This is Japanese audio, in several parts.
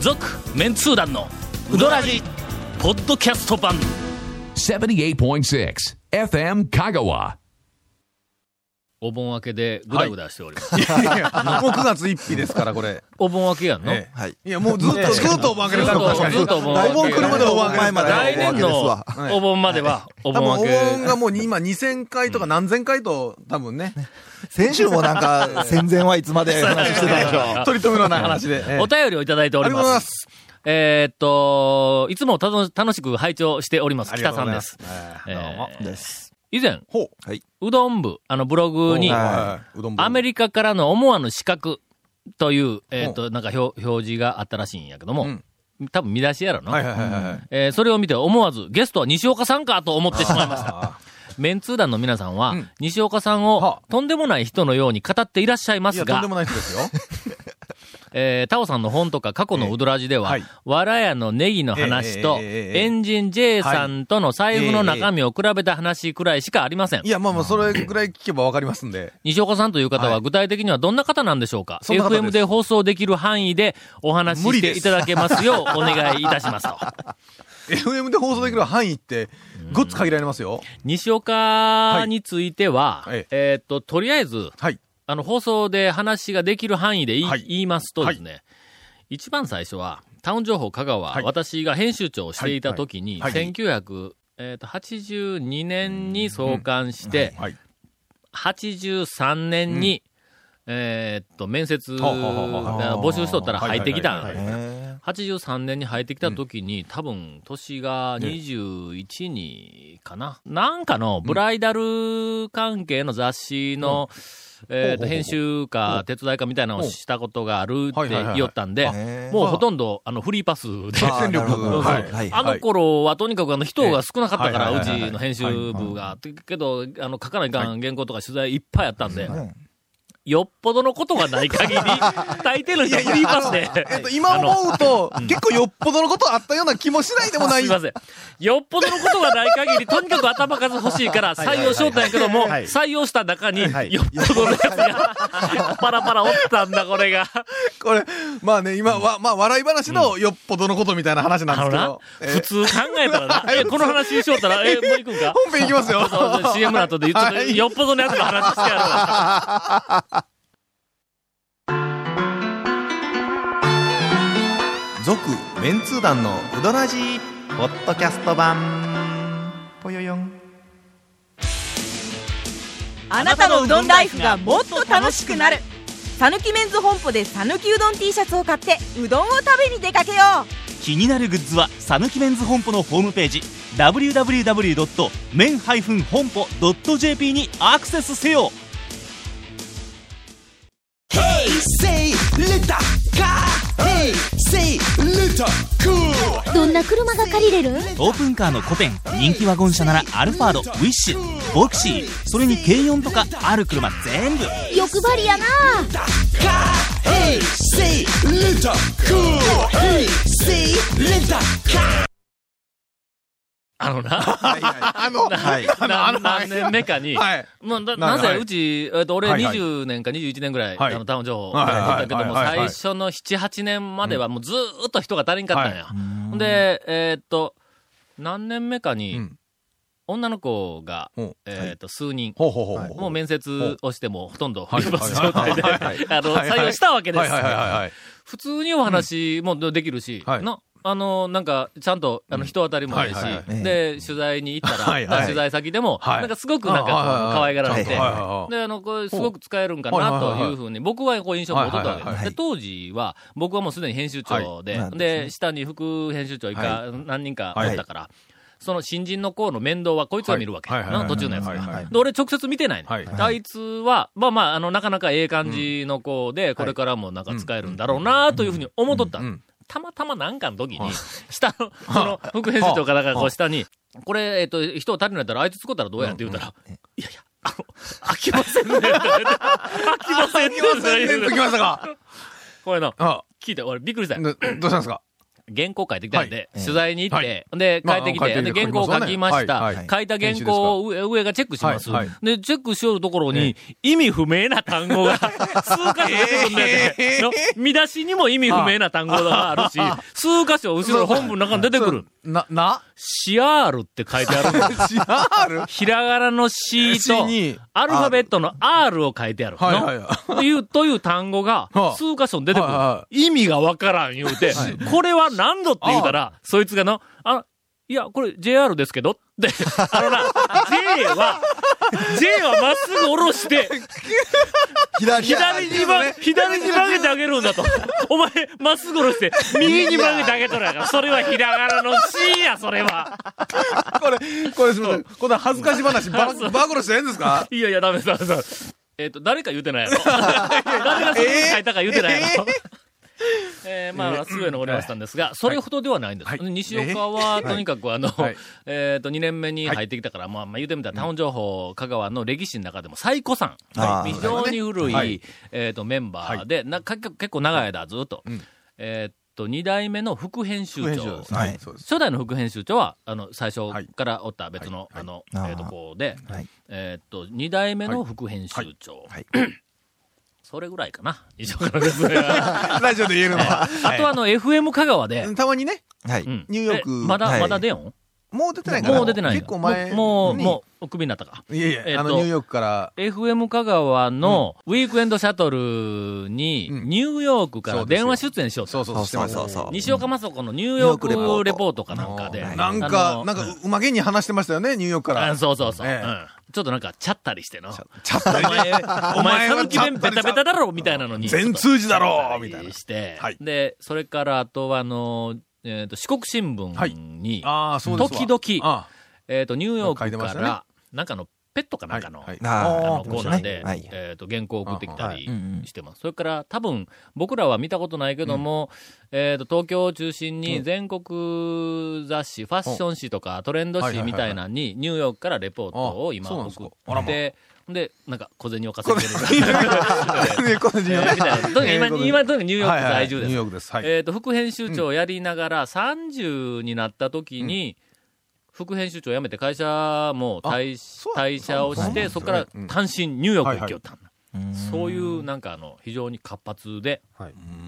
続メンツー団のウドラジポッドキャスト版78.6 FM Kagawa. お盆明けでグダグダしております、いやいやもう9月1日ですから、これ。お盆明けやんの、ええはい いや、もうずっと、ずっとおまけですから、確かに。ずっとお盆明けお盆来るまでお盆明けですから来年のはいお盆まではお多分、盆明おけ盆がもう今2000回とか何千回と、多分ね、先週もなんか、戦前はいつまで話してたでしょ。 取り留めのない話で。ええお便りをいただいております。ありがとうございますえーっと、いつもたの楽しく拝聴しております。ありが北さとうごんざいでますす。えーです。以前、ほう。うどん部、あのブログに、はい。うどんアメリリカからの思わぬ資格という、えーっと、なんか表表示があったらしいんやけども、うん多分見出しやろな。はいはいはいはい。えーそれを見て思わず、ゲストは西岡さんかと思ってしまいました。あメンツー団の皆さんは、うん西岡さんはをとんでもない人のように語っていらっしゃいまーいすや、とんがで、もない人ですよ。えー、タオさんの本とか過去のウドラジでは、ええはいわらやのネギの話と、ええええええエンジン J さんとの財布の中身を比べた話くらいしかありません。いや、まあまあ、それぐらい聞けばわかりますんで。西岡さんという方ははい具体的にはどんな方なんでしょうか、そんな方です ?FM で放送できる範囲でお話し無し理てでいすただけますようお願いいたし ますと。 FM で放送できる範囲って、ごっつ限られますよ。西岡については、はいはいえーっと、とりあえず、はい。あの、放送で話ができる範囲で言い,、はい言いますとですね、一番最初は、タウン情報香川、はい私が編集長をしていた時に、はいはいはい1982年に創刊して、はい。 83年に、えーっと、面接、はあはあはあはあ募集しとったら入ってきたんはいはいはいはいね83年に入ってきた時に、多分年が21にかな、なんかのブライダル関係の雑誌の、えーとほうほうほう編集か手伝いかみたいなのをしたことがあるほうっはいはいはてい言ったんであへ、ーもうほとんどあのフリーパスで。あー戦力なるほどはいはいは いあの頃はとにかくあの人が少なかったから、ええうちの編集部が。けど、あの書かないかん原稿とか取材いっぱいあったんで、よっぽどのことがない 限り、大抵の人はフリーパスで。えっと、今思うと、結構よっぽどのことあったような気もしないでもない。すいません。よっぽどのことがない限り、とにかく頭数欲しいから採用しようとんやけども、採用した中に、よっぽどのやつ が、パラパラおったんだ、これが。これ、まあね、今は、まあ、笑い話のよっぽどのことみたいな話なんであすのけなど、。普通考えたらな、え、この話しようったら、え、もう行くんか本編いきますよ。 そうそう ?CM の後で言っとはいよっぽどのやつの話してやるわ。続、メンツー団のうどらじポッドキャスト版。ぽよよん。あなたのうどんライフがもっと楽しくなるさぬきメンズ本舗でさぬきうどん T シャツを買ってうどんを食べに出かけよ気になるグッズはさぬきメンズ本舗のホームページ www.men-honpo.jp にアクセスせよ Say little car. Hey, say little cool. どんな車が借りれるんオープンカーの古典人気ワゴン車ならアルファードウィッシュボクシーそれに軽4とかある車全部欲張りやな Hey, say little cool. Hey, say little car. あのな、あの、はい。あの、あの、何年目かに、はい。もうなななぜ、はいうち、えっと、俺はいはい20年か21年ぐらい、はいあの、タウン情報をはいはいやってたけども、はいはいはい最初の7、8年まではもうずーっと人が足りんかったんや。ほんで、えーっと、何年目かうにん、女の子が、うんえーっと、数人、ほうほうほう。もう面接をしてもほとんどフはいリーパス状態で、はあいはいはいの、はいはい 採用したわけではいすはい。はいはい。普通にお話もできるし、はいな、あの、なんか、ちゃんと、あの、人当たりもいいしはいはい、いで、取材に行ったはら、いなはい取材先でも、はいなんかすごくなんかこう、あはいはいはい可愛がられてはい、はいはいで、あの、これすごく使えるんかなというふうに、僕はこう印象を持っとったわけはいはいではす。いで、当時は、僕はもうすでに編集長では、いで、下に副編集長以下何人かおったから、その新人の子の面倒はこいつが見るわけ。はいはいはいな途中のやつはいはいはがい。で、俺直接見てないの。はいであいつは、まあまあ、あの、なかなかええ感じの子で、これからもなんか使えるんだろうなというふうに思っとったうんうん。たまたまなんかの時に、下の、その、副編集長かなんかこう下に、これ、えっと、人足りないったら、あいつ使ったらどうやって言うたら、いやいや、あの、飽きませんね。飽 きま せんね。来ましたかこれの、あ、聞いて、俺びっくりしたよ。 どどうしたんですか原稿書いてきたんで、取材に行って、はいで、帰まあってき、帰っててきてで、原稿を書きました。はいはい書いた原稿を上上がチェックします。はいはで、チェックしよるところに、意味不明な単語 が数箇所出てくるんだよ、の見出しにも意味不明な単語があるし、数箇所後ろの本文の中に出てくる。な、な、シアールって書いてあるんだ よ CR? ひらがなの C シとに、アルファベットの R を書いてある。はいはいのはという、 という単語が はあ、数箇所に出てくるはいは。意味がわからん言うて、これは何度って言うたら、そいつがの、あ、いや、これ JR ですけどって、 あのな、J は、J はまっすぐ下ろ して、左左にば、左に曲げてあげるんだと。お前、まっすぐ下ろ して、右に曲げてあげとるやから。それはひらがなの C や、それは。 これ、これすみません。こんな恥ずかし話、ば、ばごろしてええんですかいやいや、ダメですダメですえっ、と、誰か言うてないや ろ。誰がそれを書いたか言うてないやろ。 えーまあ、スウェーのおりましたんですが、それほどではないんです。西岡は、とにかく、あの、はいえっ、と、2年目に入ってきたから、まあ、まあ、言うてみたら、タウン情報、香川の歴史の中でも最古さん、あー非常に古い、はいえっ、と、メンバーで、なか結構長い間、ずっと、えっ、と、2代目の副編集長。はい、そうです。初代の副編集長は、あの、最初はいからおった別の、はいはいあの、あーえっ、と、こうで、はいえーっと、二代目の副編集長。はいそれぐらいかな。以上からです。あラジオで言えるのは。とあの、FM 香川で、たまにね、はい、うんニューヨークえまだ、はいまだ出よんもう出てないかなもう出てないんだ結構前もう、にもう、お首になったか。いやいえっや、とあの、ニューヨークから、 FM 香川のウィークエンドシャトルに、うんニューヨークから電話出演しようとそうそう、してそうますそうそう西岡雅子のニューヨークレポートかなんかで。なんあかの、なんか、うまげに話してましたよね、ニューヨークから。あそうそうそう、ええうん。ちょっとなんか、ちゃったりしての。ちゃっとお前、お お前、前さはぬき弁ベタベタだろみたいなのに。全通じだろみたいな。して、はいで、それから、あとは、あの、えっ、と、四国新はい聞に、ああ、そうですわ。時々あえっ、と、ニューヨー書いクてかまら、したねなんかの、ペットかあなんかの、はいあああのコーナーで、はいえっ、と、原稿を送ってきたりあはいうんうんしてます。それから、多分、僕らは見たことないけども、えっ、と、東京を中心に、全国雑誌、ファッション誌とか、トレンド誌みたいなのに、ニューヨークからレポートを今あそうなんです送かっあて、で、なんか、小銭を稼いでるから。えーねこのニューヨークみたいなとにかく今、今、とにかくニューヨーはクいはい在住です。ニューヨークです。はい。えっ、と、副編集長をやりながら、30になった時に、副編集長を辞めて会社も退そう退社をそうしなんでて、すねそこから単身ニューヨーク行きよったんだんそういう、なんかあの、非常に活発で、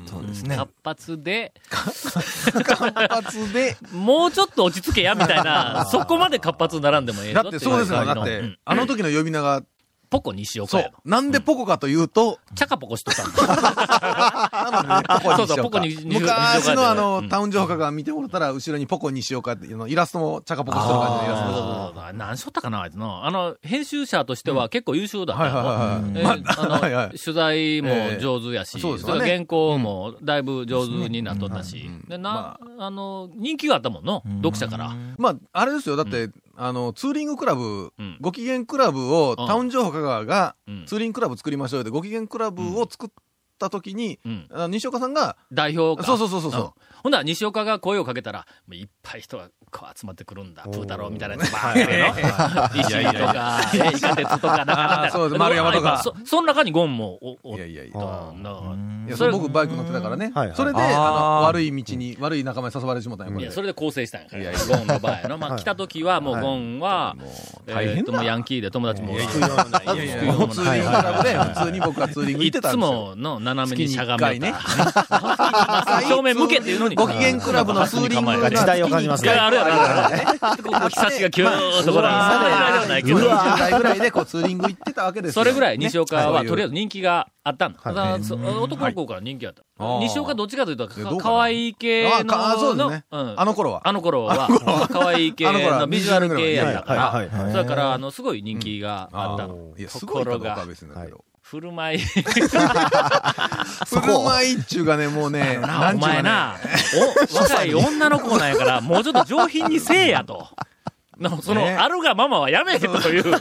そうですね活発で、一発でもうちょっと落ち着けや、みたい な、そこまで活発にならんでもええぞだってっいてそうですよ。感じだのって、うんあの時の呼び名が、ポコ西岡そやの。。うなんでポコかというと、チャカポコしとったんだ ポコそうにしそう、よポうコかに西岡や昔でのあうの、んタウン情報が見てもらったら、後ろにポコにしようかっていうの、イラストも、チャカポコしてる感じのイラスそうトそうも。そうそう何しとったかな、あいつの。あの、編集者としては結構優秀だったはいはいはいはいのえまーあ はいはあのい取材も上手やし、ええそうですそれよねから原稿もだいぶ上手になっとったし、で、なま、あの、人気があったもんの、読者から。まあ、あれですよ。だって、あの、ツーリングクラブうん、ご機嫌クラブを、うんタウン情報香川がうん、ツーリングクラブ作りましょうよで、ご機嫌クラブを作った時にうん、あの西岡さんが、代表か。そうそうそうそうそうんほんなら、西岡が声をかけたら、もういっぱい人がこう集まってくるんだ、プー太郎みたいなやつ、バーンってね石井とか、えイカ鉄とか、なんかなんかそうです丸山とかそ、その中にゴンもお、お、いやいやいやおったんだからいや、そそれれ僕バイク乗ってたからね。それで、あの、悪い道に、悪い仲間に誘われてしまったんや、こいれや、で。それで構成したんやから、ゴンの場合の。まあ、来た時は、もうゴンは、えーっと、もうヤンキーで友達も少ない。いいやもうツーリングクラブで、普通に僕はツーリング行ってたつんですよ。もの斜めにしゃがめた。回ね正面向けっていうのに。ご機嫌クラブのツーリングが時代を感じますいやあるやろ、あるやろ。こう日差しがキューッとこら、そんなに大丈夫ないけど。 20代ぐらいでこうツーリング行ってたわけですよそれぐらい西岡はねとりあえず人気があったんだ。だからそ男の子から人気があった。はい西岡どっちかというと、いやどうかな可愛い系のあかあそうですねうんあの頃はあの頃は、可愛い系あの頃のはビジュアル系やったかはいはいら、それから、あの、すごい人気があったの。いや、すとごこいかろどうかはが、別にだけど。振る舞い、振る舞いっちゅうがね、もうね、なおなんちゅう前かね。な、お、若 い女の子なんやから、もうちょっと上品にせえやと。のその、ねあるがままはやめへという、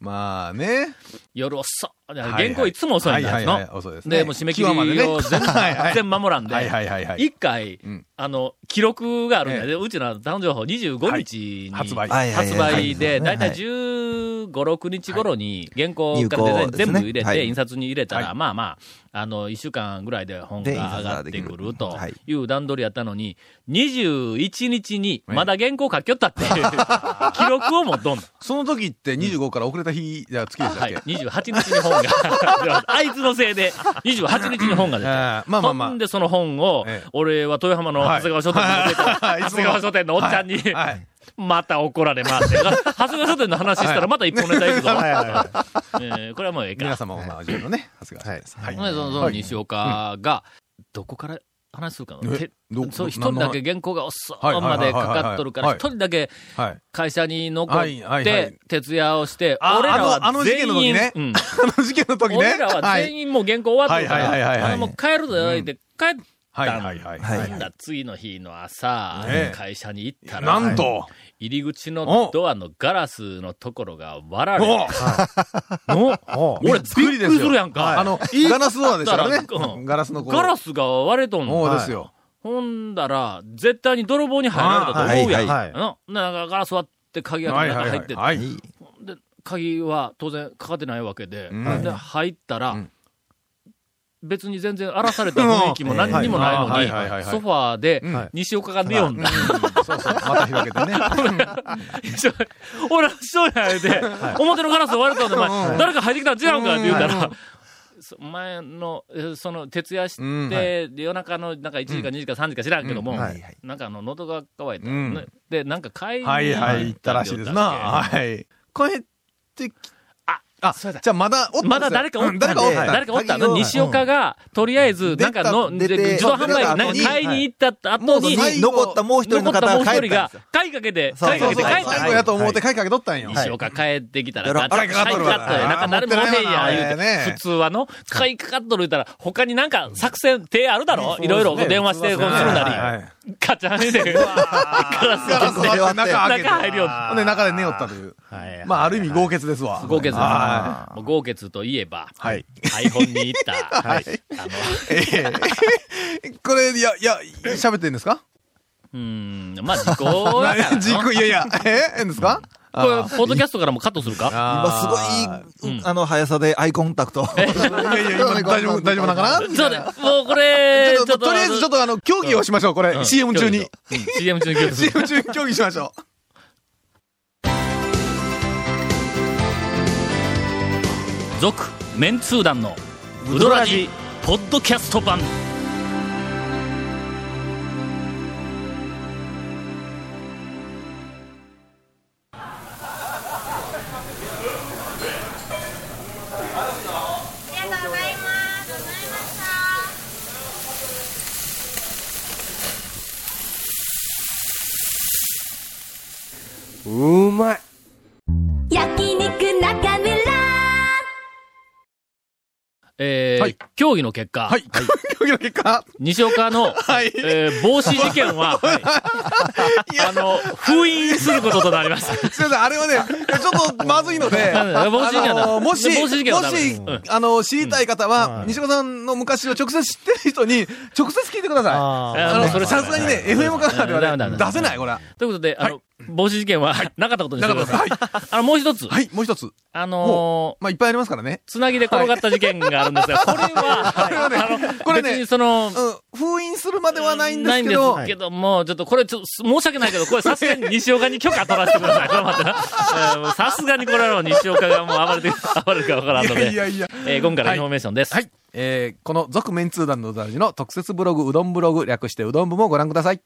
まあね。夜遅っ。はいはい原稿いつも遅いんだはいはいはいやつ遅いでの。すねで、もう締め切り際までねを全部はいはい全部守らんではい、はいはいはい。一回ん、あの、記録があるんだええよ。でうちのダウン情報25日に発売。はいはい発売で、だいたいはい10 15、6日頃に原稿からデ入稿ザインです全ね部入れはて、い印刷に入れたら、はいまあまあ、あの、1週間ぐらいで本がで上がってくるとはいいう段取りやったのに、21日にまだ原稿書きよった っていう、記録を持っとんの。その時って25から遅れた日、じゃあ月でしたはっい、け、 28日に本が。 あいつのせいで、28日に本が出た。あーまあまあまあほんでその本をええ、俺は豊浜の長谷川書店に出てた、 はい長谷川書店のおっちゃんに、はい。また怒られまして、長谷川書店の話したらまた一本ネタいくぞ。はいはいはいえーこれはもうええか。皆様おなじみのね、長谷川さんです。はほんでそのその西岡が、どこから話するかの。えてどそう、ど一人だけ何原稿がおっそはいーはいまはいはいでかかっとるから、はい一人だけのはい。 会社に残はいはっいはいて、徹夜をして、あ俺らあのあはの事件の全時員ね、うんあの事件の時ね。俺らは員。全員もう原稿終わってるかはいはいはいはいら、はいあもう帰るぞ、で帰っはいはいはいたはい。んだ、次の日の朝え、え会社に行ったら、なんと、入り口のドアのガラスのところが割られて、 お俺びっくりするやんか。あの、ガラスドアでしたからだからうね。んガラスのこうガラスが割れとんの。おうですよ。ほんだら、絶対に泥棒に入られたと思うやん。はいななんかガラス割って鍵がはいは中入いっはててい。はい。で、鍵は当然かかってないわけで、うんで、入ったら、うん別に全然荒らされた雰囲気も何にもないうんはいはいはのいはに、いソファーでうん西岡が寝よんだ。そうそう、また開けてね。俺はしょうや言うて、表のガラス割れたんで、お前、誰か入ってきたん違うんかって言うたら、そ前の、えーその、徹夜して、うんはで夜中の、なんか1時か2時か3時か知らんけども、うんはいはいなんかあの、喉が渇いた、うんねで、なんか買いにはいはい、行ったらしいですな。行ったっはい。帰ってき、あ、あ、そうだじゃあまだおったんですよまだ誰かおったんうんで、誰かおった。誰かおったの鍵を西岡が、とりあえず、なんかの、出たで自動販売機、出たなんか買いに行ったも後うに、最後残ったもう一人残のった方もうが一帰っ人たがんですよ。、買いかけて、そう買いそかうけてそう帰っそうた最後やと思って買いかけとったんよ。西岡帰ってきたら、はいガタガタ買いかかっとるやん。あなんか誰もおへんあやん、言う持ってないなて。普通はの、買いかかっとる言うたら、他になんか作戦、手あるだろいろいろ電話して、こうするなり。り。ガチャン入れて、ガラスガラス割って割って中開けて。中入るよほんで中で寝よったという。まあある意味豪傑ですわ。豪傑はだ。もう豪傑といえば、い。はい。 iPhone に行った、あの、ええ これ、いや、いや、喋ってんですかうーん、 まあ、時効だからな。事故いやいや、ええんですか これ、ポッドキャストからもカットするか今すごい、うんあの、速さでアイコンタク ト。いやいや、今大丈夫、大丈夫なんかなそうだよ。もうこれ、ちょっと、とりあえずちょっとあの、競技をしましょう、こうれ。ん CM 中に。。うん CM 中に協力する CM 中に競技しましょう。続メンツー団のウドラジポッドキャスト版焼肉中村えーはい競技の結果、はい。競技の結果。西岡の、いえー帽子事件 は、あの、封印することとなりました。すみません、あれはね、ちょっとまずい ので、うん帽子事件だあのもし、帽子も事し件はダメですうん、あの、知りたい方は、西岡さんの昔を直接知ってる人に、直接聞いてください。ああーもうの、それさすがにね、FM からでうんダメダメはねダメ出せない、これは。ということで、あの、帽子事件はなかったことにしてください。なあの、もう一つ、はい、もう一つ。あのもーう、まあ、いっぱいありますからね。つなぎで転がった事件があるんですが、これは、あの、これね別にその、うん、封印するまではないんですけど、ないんですけども、ちょっとこれ、ちょっと申し訳ないけど、これさすがに西岡に許可取らせてください。これまたなえーもうさすがにこれはもう西岡がもう暴れて、暴れるかわからんの いやいで、やいや。えー今回のインフォメーションです。はい。えー、この、続面通談のダジの特設ブログ、うどんブログ、略してうどん部もご覧ください。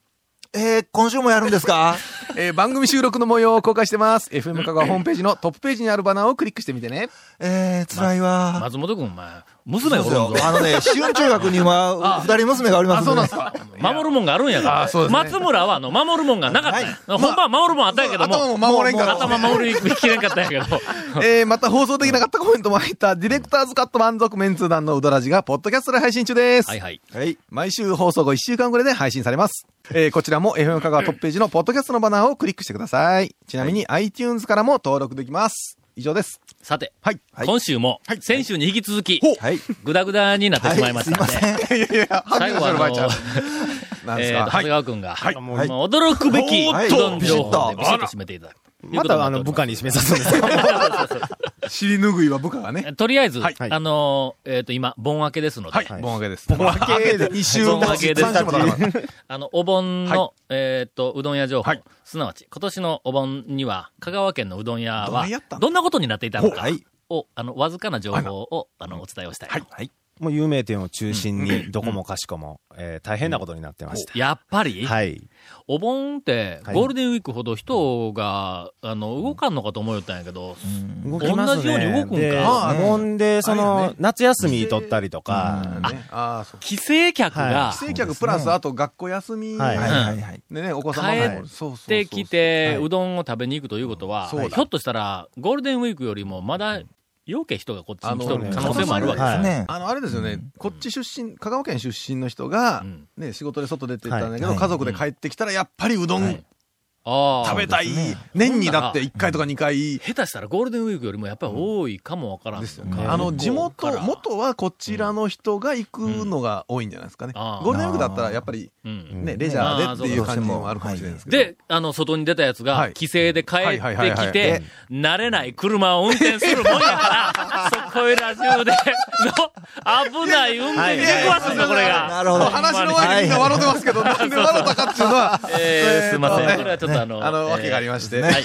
えー、今週もやるんですかえー、番組収録の模様を公開してます。FM 香川ホームページのトップページにあるバナーをクリックしてみてね。えー、辛いわ。松本君、お前、娘おるんそうぞです。よあのね、私運中学 に今、二人娘がおりますんで、ね。か。守るもんがあるんやから。あそうですね松村は、あの、守るもんがなかったんや。本番守るもんあったんやけども、頭も守れんから。頭守りきれんかったんやけど。えー、また放送できなかったコメントも入った、ディレクターズカット満足メンツー団のうどらじが、ポッドキャストで配信中です。はいはい。はい。毎週放送後1週間ぐらいで配信されます。えー、こちらも FM 香川トップページのポッドキャストのバナーをクリックしてください。ちなみに iTunes からも登録できます。以上です。さて、はい。はい今週も、先週に引き続き、はい。ぐだぐだになってしまいましたので、最後はあの、なんでえーと、す長か。は谷い。川くんが、もうはい驚くべき、おーっとうどん情報でビシビシッとッと締めていただく。いうまことにたなあっておのり部ます下に示すんですか尻拭いは部下がね。とりあえず、はいあのーえっ、と、今、盆明けですので、はい、盆明けです。盆明けで一周盆明けです三周も経たなかったあの、お盆の、はいえっ、と、うどん屋情報、はいすなわち、今年のお盆には、香川県のうどん屋うどはん屋やった、のどんなことになっていたのかほう はいを、あの、わずかな情報を、あの、お伝えをしたい。はい。はい。もう有名店を中心に、どこもかしこも、えー大変なことになってました。やっぱり、はい。お盆って、はいゴールデンウィークほど人が、あの、動かんのかと思うよったんやけど、動きま同すね。じように動くんかでああほんで、そあれやのね、夏休み取ったりとうかん、ねああ、そう。帰省客がは帰省客プラス、あと学校休み。はいはいうんはいはい。でね、お子様帰もっそうそうそう。来てきそうそうて、はいうどんを食べに行くということは、そうだひょっとしたら、ゴールデンウィークよりもまだ、よけ人がこっちあにの来とる可能性もあるわけですはいよ。ね。あの、あれですよね、こっち出身、香川県出身の人がうん、ね、仕事で外出てたんだけはど、いはい家族で帰ってきたら、やっぱりうどはんいああ食べたい。年にだって1回とか2回。下手したらゴールデンウィークよりもやっぱり多いかもわからん。ですよね。あの、地元、元はこちらの人が行くのが多いんじゃないですかね。うんああゴールデンウィークだったら、やっぱり、うん。ね、レジャーでっていう感じもあるかもしれないですけど。で、あの、外に出たやつはがい、帰省で帰っはいはいはいてはいきて、慣れない車を運転するもんやか ら、そこいら中で、の、危ない運転に出くわすんですよ、これが。なるほど話の終わりにみんな笑ってますけど、なんで笑ったかっていうの は、えー、すいません。えーことれねはちょっとあの、あの、えーわけがありまして。はい。わ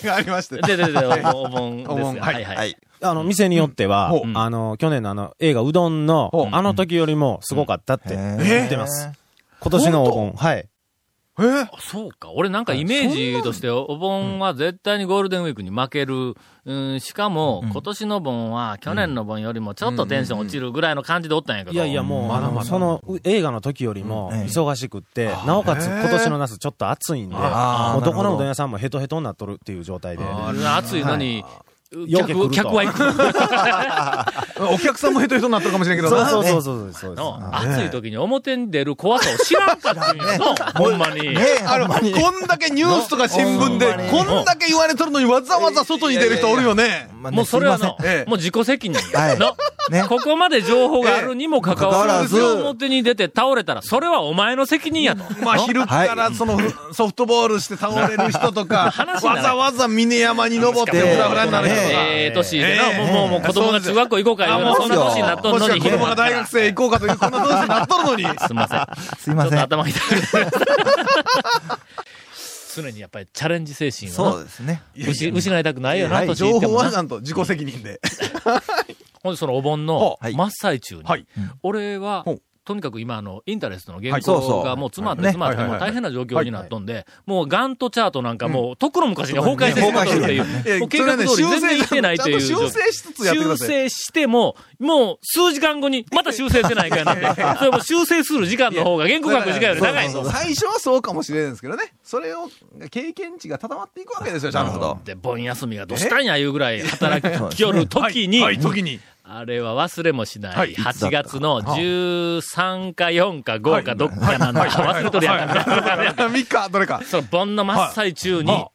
けがありまして。で、で、で、お盆ですお盆が。は、はいいはい。あの、店によってはほう、あの、去年のあの、映画うどんのほう、あの時よりもすごかったって言ってます。今年のお盆。はい。えーあそうか。俺なんかイメージとして、お盆は絶対にゴールデンウィークに負ける。うん、しかも、今年の盆は去年の盆よりもちょっとテンション落ちるぐらいの感じでおったんやけど。いやいや、もう、あの、そのう映画の時よりもうんええ忙しくって、なおかつへえ今年の夏ちょっと暑いんで、あーもうどこなるほのどうどん屋さんもヘトヘトになっとるっていう状態で。あれ暑いのに、ようけ来客、ると客は行く。お客さんもヘトヘトになってるかもしれんけどな。そうそうそうそうそう。の暑い時に表に出る怖さを知らんかったんやの。 ほんまに。あの、こんだけニュースとか新聞でほんま、にこんだけ言われとるのにわざわざ外に出る人おるよね。もうそれはねの、ええもう自己責任や、はいのねここまで情報があるにもかかわらず、ええかかわらず表に出て倒れたら、それはお前の責任やと。まあ、の昼からそのソフトボールして倒れる人とか、話にならわなざいわざ峰山に登ってええフラフラになる人が。ええ年でな、えもえうもうもう子供が中学校行こうかいうような、あそんな年になっともんしのくに、は子供が大学生行こうかという、こんな同士になっとるの に。すみません。すいまちせょんっと頭痛い。常にやっぱりチャレンジ精神そうをですね。な失失いたくないよはな、い、年い情って報もはな。なんと自己責任で。ほんでそのお盆のはい真っ最中にはい、俺はほう、とにかく今あの、インタレストの原はいそうそ稿うがもう詰まってね詰まって、はいもはういはい大変な状況になっとんで、もうガントチャートなんかもう、とっくの昔に崩壊してしまっとるっていう、いやもう計画通り全然いってないというち状ゃんと況修。正しつつやってくだ修さい。正しても、もう数時間後にまた修正せないかやな って。それも修正する時間の方が原稿書く時間より長いぞ。最初はそうかもしれないですけどね。それを、経験値が高まっていくわけですよ、ちゃんと。で、盆休みがどうしたんやいうぐらい働きよる時に、はい、時に。あれは忘れもしな。はいい8月の13か4か5かどっかなんだ。忘れとるやんか。 3日、どれか。その盆の真っ最中に、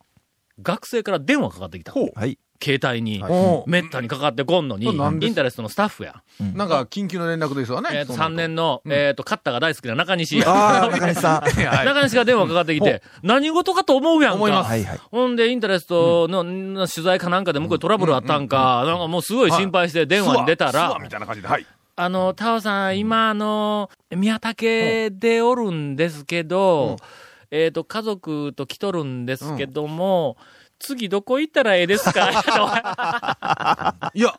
学生から電話かかってきた。はい。携帯に、おうめったにかかってこんのに、そうなんですインタレストのスタッフや。なんか、緊急の連絡ですわね。えっと、そうな3る年の、えっと、カッターが大好きな中西。ああ、中西さん。はい中西が電話かかってきて、何事かと思うやんか。思いますはいはい。ほんで、インタレストの、の取材かなんかで向こうでトラブルあったんか、なんかもうすごい心配して電話に出たすわらみ、たいな感じで、はい。あの、タオさん、今、あの、宮武でおるんですけど、えっと、家族と来とるんですけども、次どこ行ったらええですか いや、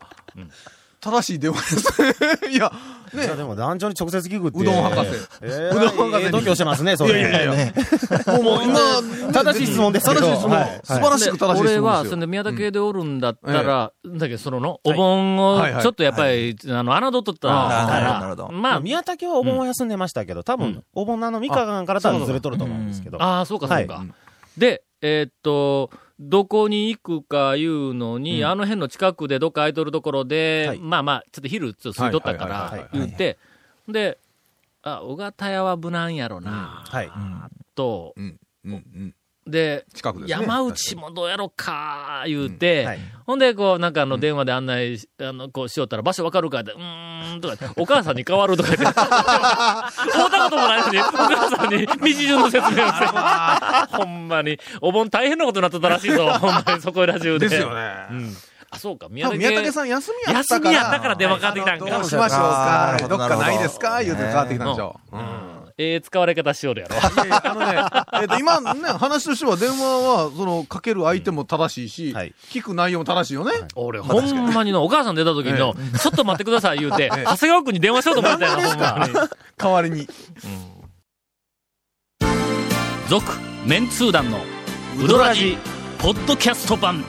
正しい電話です。 いや、いやでも団長に直接聞くって。うどん博士えー。うどん博士にええ度胸してますね、そいれ。やいやいや。もう 今、正しい質問ですけ正どしい質問はい。素晴らしでく正しい質問です俺よ。は、その宮武でおるんだったら、だけど、そのの、おい盆をはいは、いちょっとやっぱり、あの、侮っとったあーなかるほどなるら、ほどまあ、宮武はお盆は休んでましたけど、多分、お盆のあの三日間から多分ずれとると思うんですけど。ああ、そうか、そうか。はで、えーっと、どこに行くかいうのに、あの辺の近くでどっか空いとるところで、はいまあまあ、ちょっと昼、ちょっと過ぎとったかはいはいらは、い言って、で、あ、小形屋は無難やろな、はい。と、うんうんで、近くですね。山内もどうやろか、言うて、うんはいほんで、こう、なんかあの、電話で案内し、あの、こうしよったら、場所わかるかって、うーん、とか言って、お母さんに変わるとか言 って、会うたこともないのに、お母さんに道順の説明をして、ほんまに、お盆大変なことになってたらしい ぞ、ほんまに、そこら中で。ですよね。うん。あ、そうか、宮多分崎宮武さん休みやったから。休みやったから電話かかってきたんかはいどうしましょうかなる。ほどどっかないですかなる言うほどてかかってきたんでしょう。うんええ使われ方しよ るやろ。いやあのね、えっと、今ね、話としては電話は、その、かける相手も正しいし、はい聞く内容も正しいよね。俺、ほんまにの、お母さん出た時の、ちょっと待ってください言うて、長谷川君に電話しようと思ったよ、ほんまに。代わりに。続メンツー団のウドラジポッドキャスト版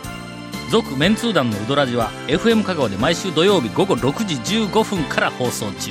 続メンツー団のウドラジは FM 香川で毎週土曜日午後6時15分から放送中